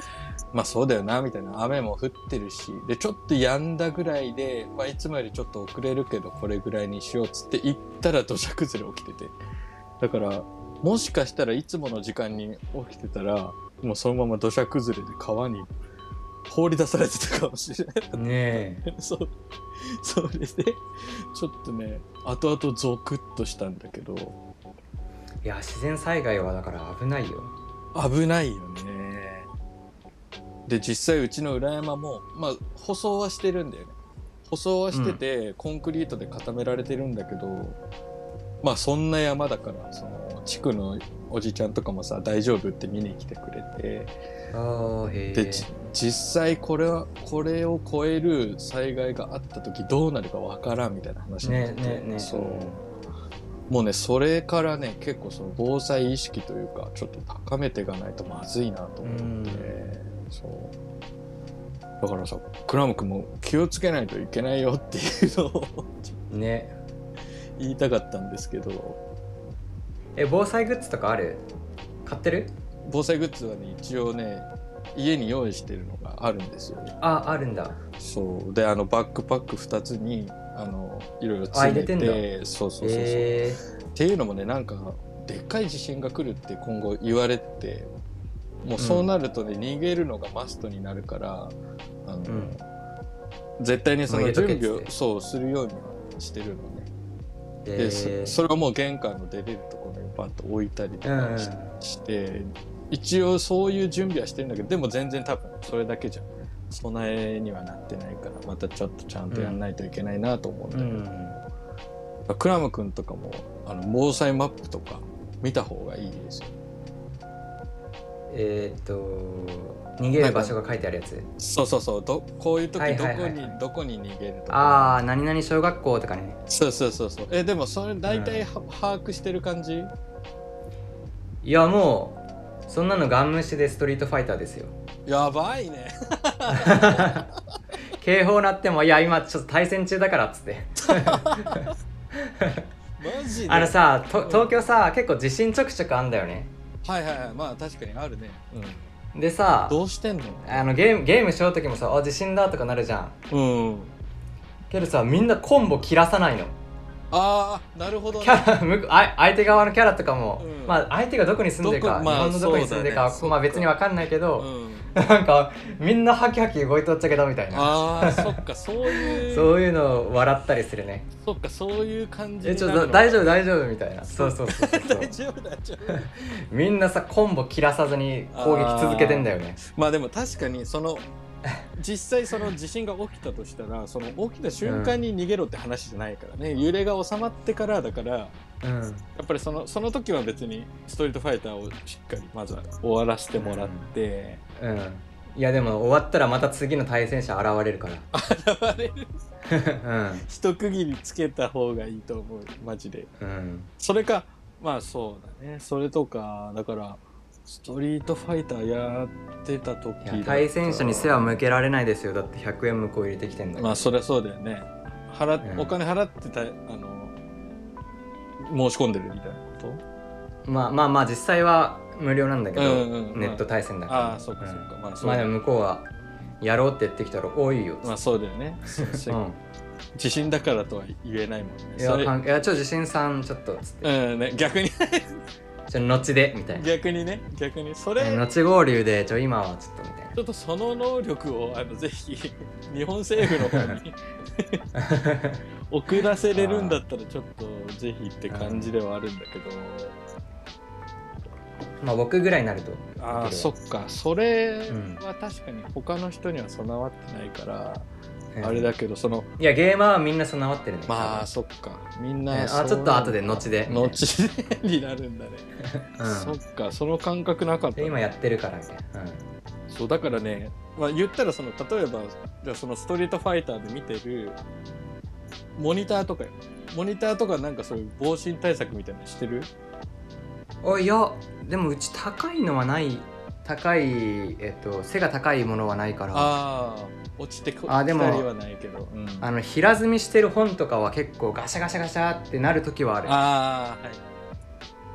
A: まあそうだよなみたいな雨も降ってるしでちょっと止んだぐらいで、まあ、いつもよりちょっと遅れるけどこれぐらいにしようっつって行ったら土砂崩れ起きててだからもしかしたらいつもの時間に起きてたらもうそのまま土砂崩れで川に放り出されてたかもしれない
B: ねえ
A: そう。それで、ちょっとね、後々ゾクッとしたんだけど、
B: いや自然災害はだから危ないよ
A: 危ないよね。で、実際うちの裏山も、まあ、舗装はしてるんだよね。舗装はしてて、コンクリートで固められてるんだけど、まあ、そんな山だから、その、地区のおじちゃんとかもさ、大丈夫って見に来てくれて、
B: ああへ
A: で、
B: え
A: じ実際これはこれを超える災害があった時どうなるかわからんみたいな話になって、
B: ねねね
A: そうもうねそれからね結構その防災意識というかちょっと高めていかないとまずいなと思って、
B: うん
A: そうだからさクラム君も気をつけないといけないよっていうのを
B: ね
A: 言いたかったんですけど
B: え防災グッズとかある買ってる
A: 防災グッズはね一応ね家に用意してるのがあるんですよね
B: ああるんだ
A: そうであのバックパック2つにあのいろいろ
B: あ
A: 詰め
B: 入れ
A: て
B: てんだ
A: そうそうそうそう、
B: へえ
A: っていうのもねなんかでっかい地震が来るって今後言われててもうそうなるとね、逃げるのがマストになるからあの、
B: ん
A: 絶対にその準備
B: もう入れとけ
A: を
B: っつって
A: そうするようにはしてるのねで、そ
B: へえ
A: それはもう玄関の出れるところにバッと置いたりと
B: うんうん
A: かし,、して一応そういう準備はしてるんだけどでも全然多分それだけじゃ備えにはなってないからまたちょっとちゃんとやんないといけないなと思うんだ
B: う
A: けど、
B: ん
A: クラム君とかもあの防災マップとか見た方がいいですよ
B: えー、っと逃げる場所が書いてあるやつ
A: そうそうそうどこういう時
B: はい
A: ど
B: はい
A: こ
B: はい
A: にどこに逃げるとか
B: ああ何々小学校とかね
A: そうそうそうそうえでもそれ大体は、把握してる感じ
B: いやもうそんなのガン無視でストリートファイターですよ
A: やばいね
B: 警報鳴ってもいや今ちょっと対戦中だからっつって
A: マジで
B: あのさと東京さ結構地震ちょくちょくあんだよね
A: はいはいはいまあ確かにあるね、うん、
B: でさ
A: どうしてんの
B: あのゲームゲームしようときもさあ地震だとかなるじゃん
A: うん
B: けどさみんなコンボ切らさないの
A: ああなるほど
B: キ
A: ね
B: ャラ向こうあ相手側のキャラとかも、
A: うん
B: まあ相手がどこに住んでる
A: ど
B: か、
A: こまあ
B: 日本のどこに住んで
A: そう
B: る
A: だ
B: か、
A: ねそっか
B: まあ別にわかんないけ
A: う
B: ど、
A: ん、
B: なんかみんなハキハキ動いとっちゃけどみたいな
A: ああそっかそういう
B: そういうのを笑ったりするね
A: そっかそういう感じ
B: え
A: に
B: ち
A: な
B: ょっ
A: る
B: と
A: の
B: 大丈夫大丈夫みたいなそうそうそうそう
A: 大丈夫大丈夫
B: みんなさコンボ切らさずに攻撃続けてんだよね
A: まあでも確かにその実際その地震が起きたとしたらその起きた瞬間に逃げろって話じゃないからね、揺れが収まってからだからや
B: うん
A: っぱりそのその時は別にストリートファイターをしっかりまずは終わらせてもらって、
B: うんいやでも終わったらまた次の対戦者現れるか
A: 現 れる
B: ら
A: 一区切りつけた方がいいと思うマジで
B: うんうん
A: それかまあそうだねそれとかだからストリートファイターやってた時
B: いや対戦者に背は向けられないですよだって100円向こう入れてきてんだから
A: まあそりゃそうだよね払っ、
B: うん
A: お金払ってたあの申し込んでるみたいなこと
B: まあまあまあ実際は無料なんだけど、
A: うんうんうん
B: ネット対戦だから、
A: ああそうかそうかまあそう
B: まあ
A: だ
B: で
A: よ
B: も向こうはやろうって言ってきたら多いよっつ
A: まあそうだよね そう
B: って、
A: そう自信だからとは言えないもんね
B: うん、い
A: そ
B: や
A: れ
B: かんいやちょっと自信さんちょっとつって、
A: うんね逆に
B: ちょ後でみたいな
A: 逆にね逆にそれ、
B: うん後合流でちょ今はちょっとみたいな
A: ちょっとその能力をあのぜひ 日本政府の方に送らせれるんだったらちょっとぜひって感じではあるんだけど
B: まあ僕ぐらいになると
A: ああ
B: できる
A: そっかそれ
B: うん
A: は確かに他の人には備わってないから、
B: うん
A: あれだけどその
B: いやゲーマーはみんな備わってるね
A: まあそっかみん
B: 多
A: な、
B: 分うん
A: そう
B: あちょっと後で後でみたいな
A: 後でになるんだね、
B: う
A: そ
B: ん
A: っかその感覚なかった
B: で今やってるからみたいな、
A: そうだからね、まあ、言ったらその例えばじゃあそのストリートファイターで見てるモニターとかよモニターとかなんかそういう防振対策みたいなのしてる
B: うん、あいやでもうち高いのはない高いえっと背が高いものはないから
A: ああ落ちてこ
B: あで
A: き
B: も
A: たりはないけど、うん
B: あの平積みしてる本とかは結構ガシャガシャガシャってなる時は
A: あ
B: あ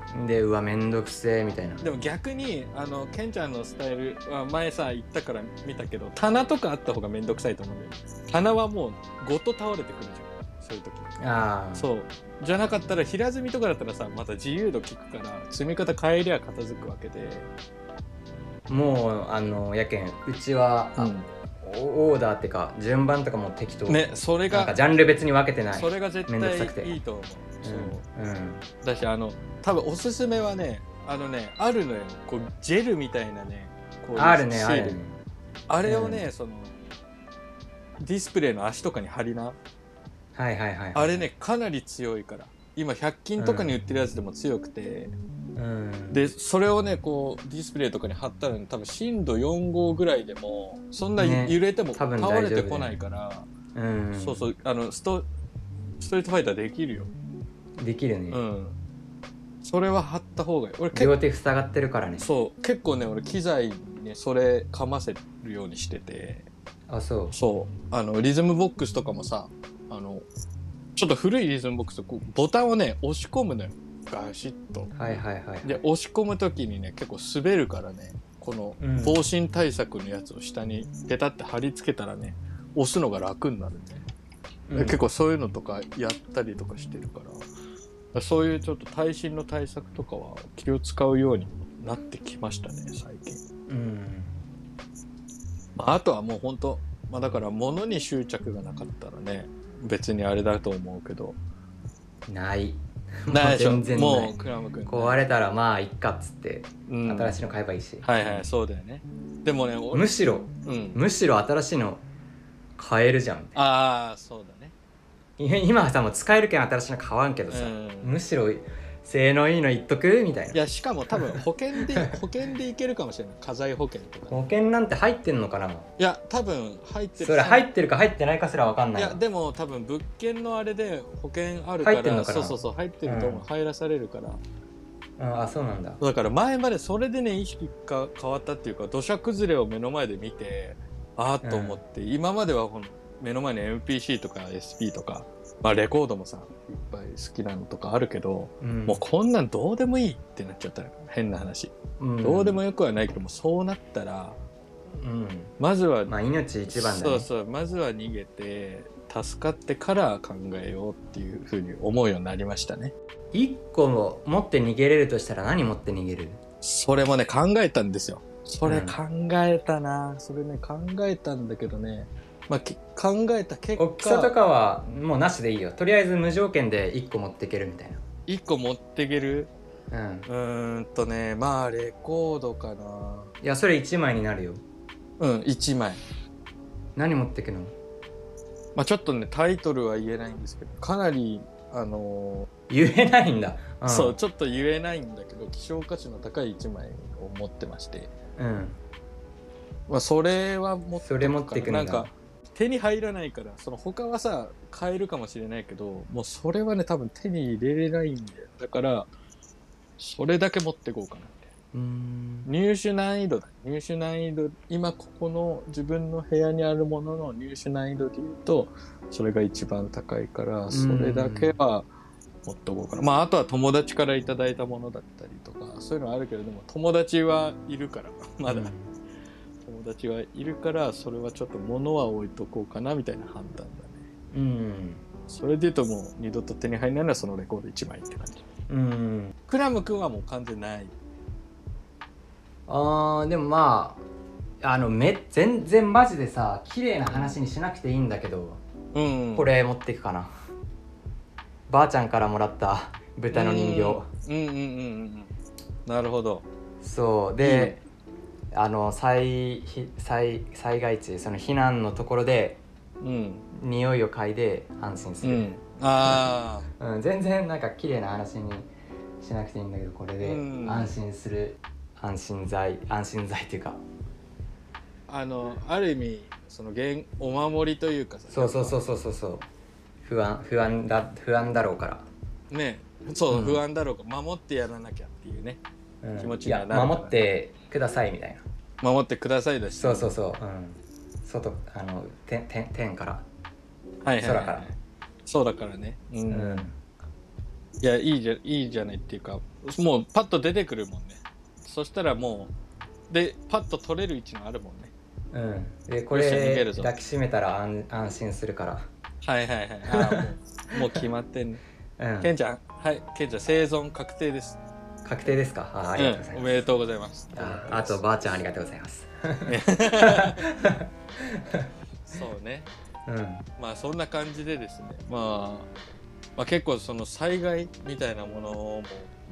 A: ーはい
B: るでうわめんどくせえみたいな
A: でも逆にあのケンちゃんのスタイルは前さ言ったから見たけど棚とかあった方が面倒くさいと思うんだよ棚はもうごと倒れてくるじゃんそういう時
B: ああ
A: そうじゃなかったら平積みとかだったらさまた自由度効くから積み方変えりゃ片付くわけで、
B: もうあのやけんうちは、あオーダーってか順番とかも適当、
A: ねそれ
B: なんか
A: が
B: ジャンル別に分けてない
A: それが絶
B: めんどくさくて
A: 対いいと思うそう、
B: うんうん
A: だしあの多分おすすめはねあのねあるのよこうジェルみたいなねこういう
B: あるね
A: シ
B: あ
A: ール
B: るね
A: あれをね、そのディスプレイの足とかに貼りな
B: はいはいはい
A: あれねかなり強いから今100均とかに売ってるやつでも強くて、
B: うん
A: でそれをねこうディスプレイとかに貼ったら、ね、多分震度4号ぐらいでもそんな
B: ね
A: 揺れても
B: 多
A: 倒
B: 分大丈夫だよ
A: れてこないから、
B: うん
A: そうそうあのストストリートファイターできるよ
B: できるね、
A: うんそれは貼った方がいい俺結
B: 両手塞がってるからね
A: そう結構ね俺機材にねそれかませるようにしてて
B: あそう
A: そうあのリズムボックスとかもさあのちょっと古いリズムボックスこうボタンをね押し込むのよガシッと
B: はいはいはい
A: で押し込む時にね結構滑るからねこの
B: うん
A: 防振対策のやつを下にペタって貼り付けたらね押すのが楽になるんだよね
B: うん
A: 結構そういうのとかやったりとかしてるからそういうちょっと耐震の対策とかは気を使うようになってきましたね最近、
B: うん
A: まあ、あとはもう本当まあだから物に執着がなかったらね別にあれだと思うけ ど
B: ない
A: ないでしょ
B: 全然ない
A: もうクラム君
B: 壊れたらまあいっかっつって
A: うん
B: 新しいの買えばいいし、
A: はいはいそうだよねでもね俺、
B: むしろ
A: うん、
B: むしろ新しいの買えるじゃん
A: ああそうだね
B: いや今はさもう使えるけん新しいの買わんけどさ、
A: うん
B: むしろ性能いいの言っとくみたいない
A: やしかも多 分保険で保険でいけるかもしれない家財保険とかね
B: 保険なんて入ってんのかない
A: や多分入ってる
B: それ入ってるか入ってないかすら分かん
A: い
B: ないわ
A: やでも多分物件のあれで保険あるから
B: 入ってんのかな
A: そうそうそう入ってると思う、
B: うん
A: 入らされるから
B: うんあそうなんだ
A: だから前までそれでね意識が変わったっていうか土砂崩れを目の前で見てああと思って、今まではこの目の前に MPC とか SP とか、まあ、レコードもさいっぱい好きなのとかあるけど、
B: うん
A: もうこんなんどうでもいいってなっちゃったの変な話、
B: うん
A: どうでもよくはないけどもそうなったら
B: うん
A: まずは
B: まあ命一番だね
A: そうそうまずは逃げて助かってから考えようっていうふうに思うようになりましたね
B: 一個も持って逃げれるとしたら何持って逃げる
A: それもね考えたんですよそれ
B: うん
A: 考えたな、それね考えたんだけどね、まあ、き考えた結
B: 大きさと
A: 果
B: かはもうなしでいいよとりあえず無条件で一個持っていけるみたい
A: 1個持っていける
B: なうん
A: うーんとねまあレコードかない
B: やそれ1枚になるよ
A: うん1枚
B: 何持ってくの
A: まあちょっとねタイトルは言えないんですけどかなりあの
B: 言えないんだ、ん
A: そうちょっと言えないんだけど希少価値の高い1枚を持ってまして
B: うん
A: まあ、それは持ってくか
B: それ持ってくん
A: な
B: だ
A: んか手に入らないからその他はさ買えるかもしれないけどもうそれはね多分手に入れれないんだよだからそれだけ持ってこうかなって
B: うーん
A: 入手難易度だ入手難易度今ここの自分の部屋にあるものの入手難易度で言うとそれが一番高いからそれだけは持っとこうかな、まああとは友達からいただいたものだったりとかそういうのはあるけれども友達はいるからまだ、
B: うん
A: 友達はいるからそれはちょっと物は置いとこうかなみたいな判断だね
B: うん
A: それで言うともう二度と手に入らないのはそのレコード1枚って感じ
B: うん
A: クラム君はもう完全ない
B: あーでもまああのめ全然マジでさ綺麗な話にしなくていいんだけど
A: うん
B: これ持っていくかなばあちゃんからもらった豚の人
A: う
B: 形
A: んうんうんうんうんなるほど
B: そうであの災ひ災災害地その避難のところで
A: うん
B: 匂いを嗅いで安心す
A: う
B: る、
A: んああ
B: うん、全然なんか綺麗な話にしなくていいんだけどこれで
A: うん
B: 安心する、安心剤安心剤っていうか
A: あのある意味その原お守りというかさ
B: そうそうそうそうそうそう不安不安だ不安だろうか
A: ねそう、
B: うん
A: 不安だろうか守ってやらなきゃっていうね
B: ら、うん
A: 気持ち
B: い
A: には
B: や
A: なるから
B: 守ってくださいみたいな
A: 守ってくださいだし
B: そうそうそう、うん、外あの天天天から
A: はいはい、はい、
B: 空から
A: そうだからねう、
B: うんん
A: いやいいじゃいいじゃないっていうかもうパッと出てくるもんねそしたらもうでパッと取れる位置があるもんね
B: うんでこ
A: よっしゃ逃げ
B: れ
A: るぞ
B: 抱きしめたら安安心するか
A: はいはいはいあーもうもう決まってんね
B: ら、 う
A: ケン
B: ん、
A: ちゃんはいケンちゃん生存確定です
B: 確定ですかあありがとうござ
A: ん
B: い
A: お
B: ま
A: め
B: す、
A: でとうございます
B: ああとばあちゃんありがとうございます、
A: そうね
B: うん
A: まあそんな感じでですね、まあ、まあ結構その災害みたいなものも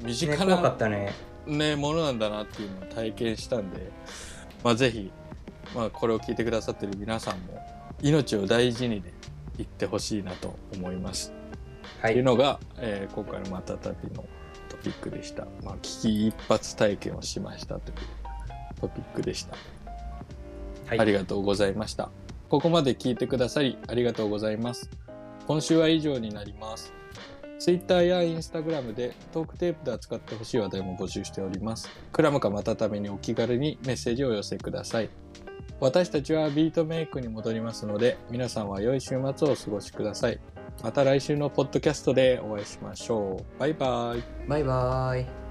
A: 身
B: ね、
A: 近
B: 怖か
A: な、
B: ったね
A: ね、ものなんだなっていうのを体験したんで、まあ、ぜひ、まあ、これを聞いてくださってる皆さんも命を大事にね言ってほしいなと思います。
B: は
A: と
B: い
A: いうのが、えー今回の「またたび」のトピックでした。まあ、危機一髪体験をしましたというトピックでした。
B: はい
A: ありがとうございました。ここまで聞いてくださりありがとうございます。今週は以上になります。Twitter や Instagram でトークテープで扱ってほしい話題も募集しております。クラムかまたためにお気軽にメッセージをお寄せください。私たちはビートメイクに戻りますので、皆さんは良い週末をお過ごしください。また来週のポッドキャストでお会いしましょう。バイバイ。
B: バイバーイ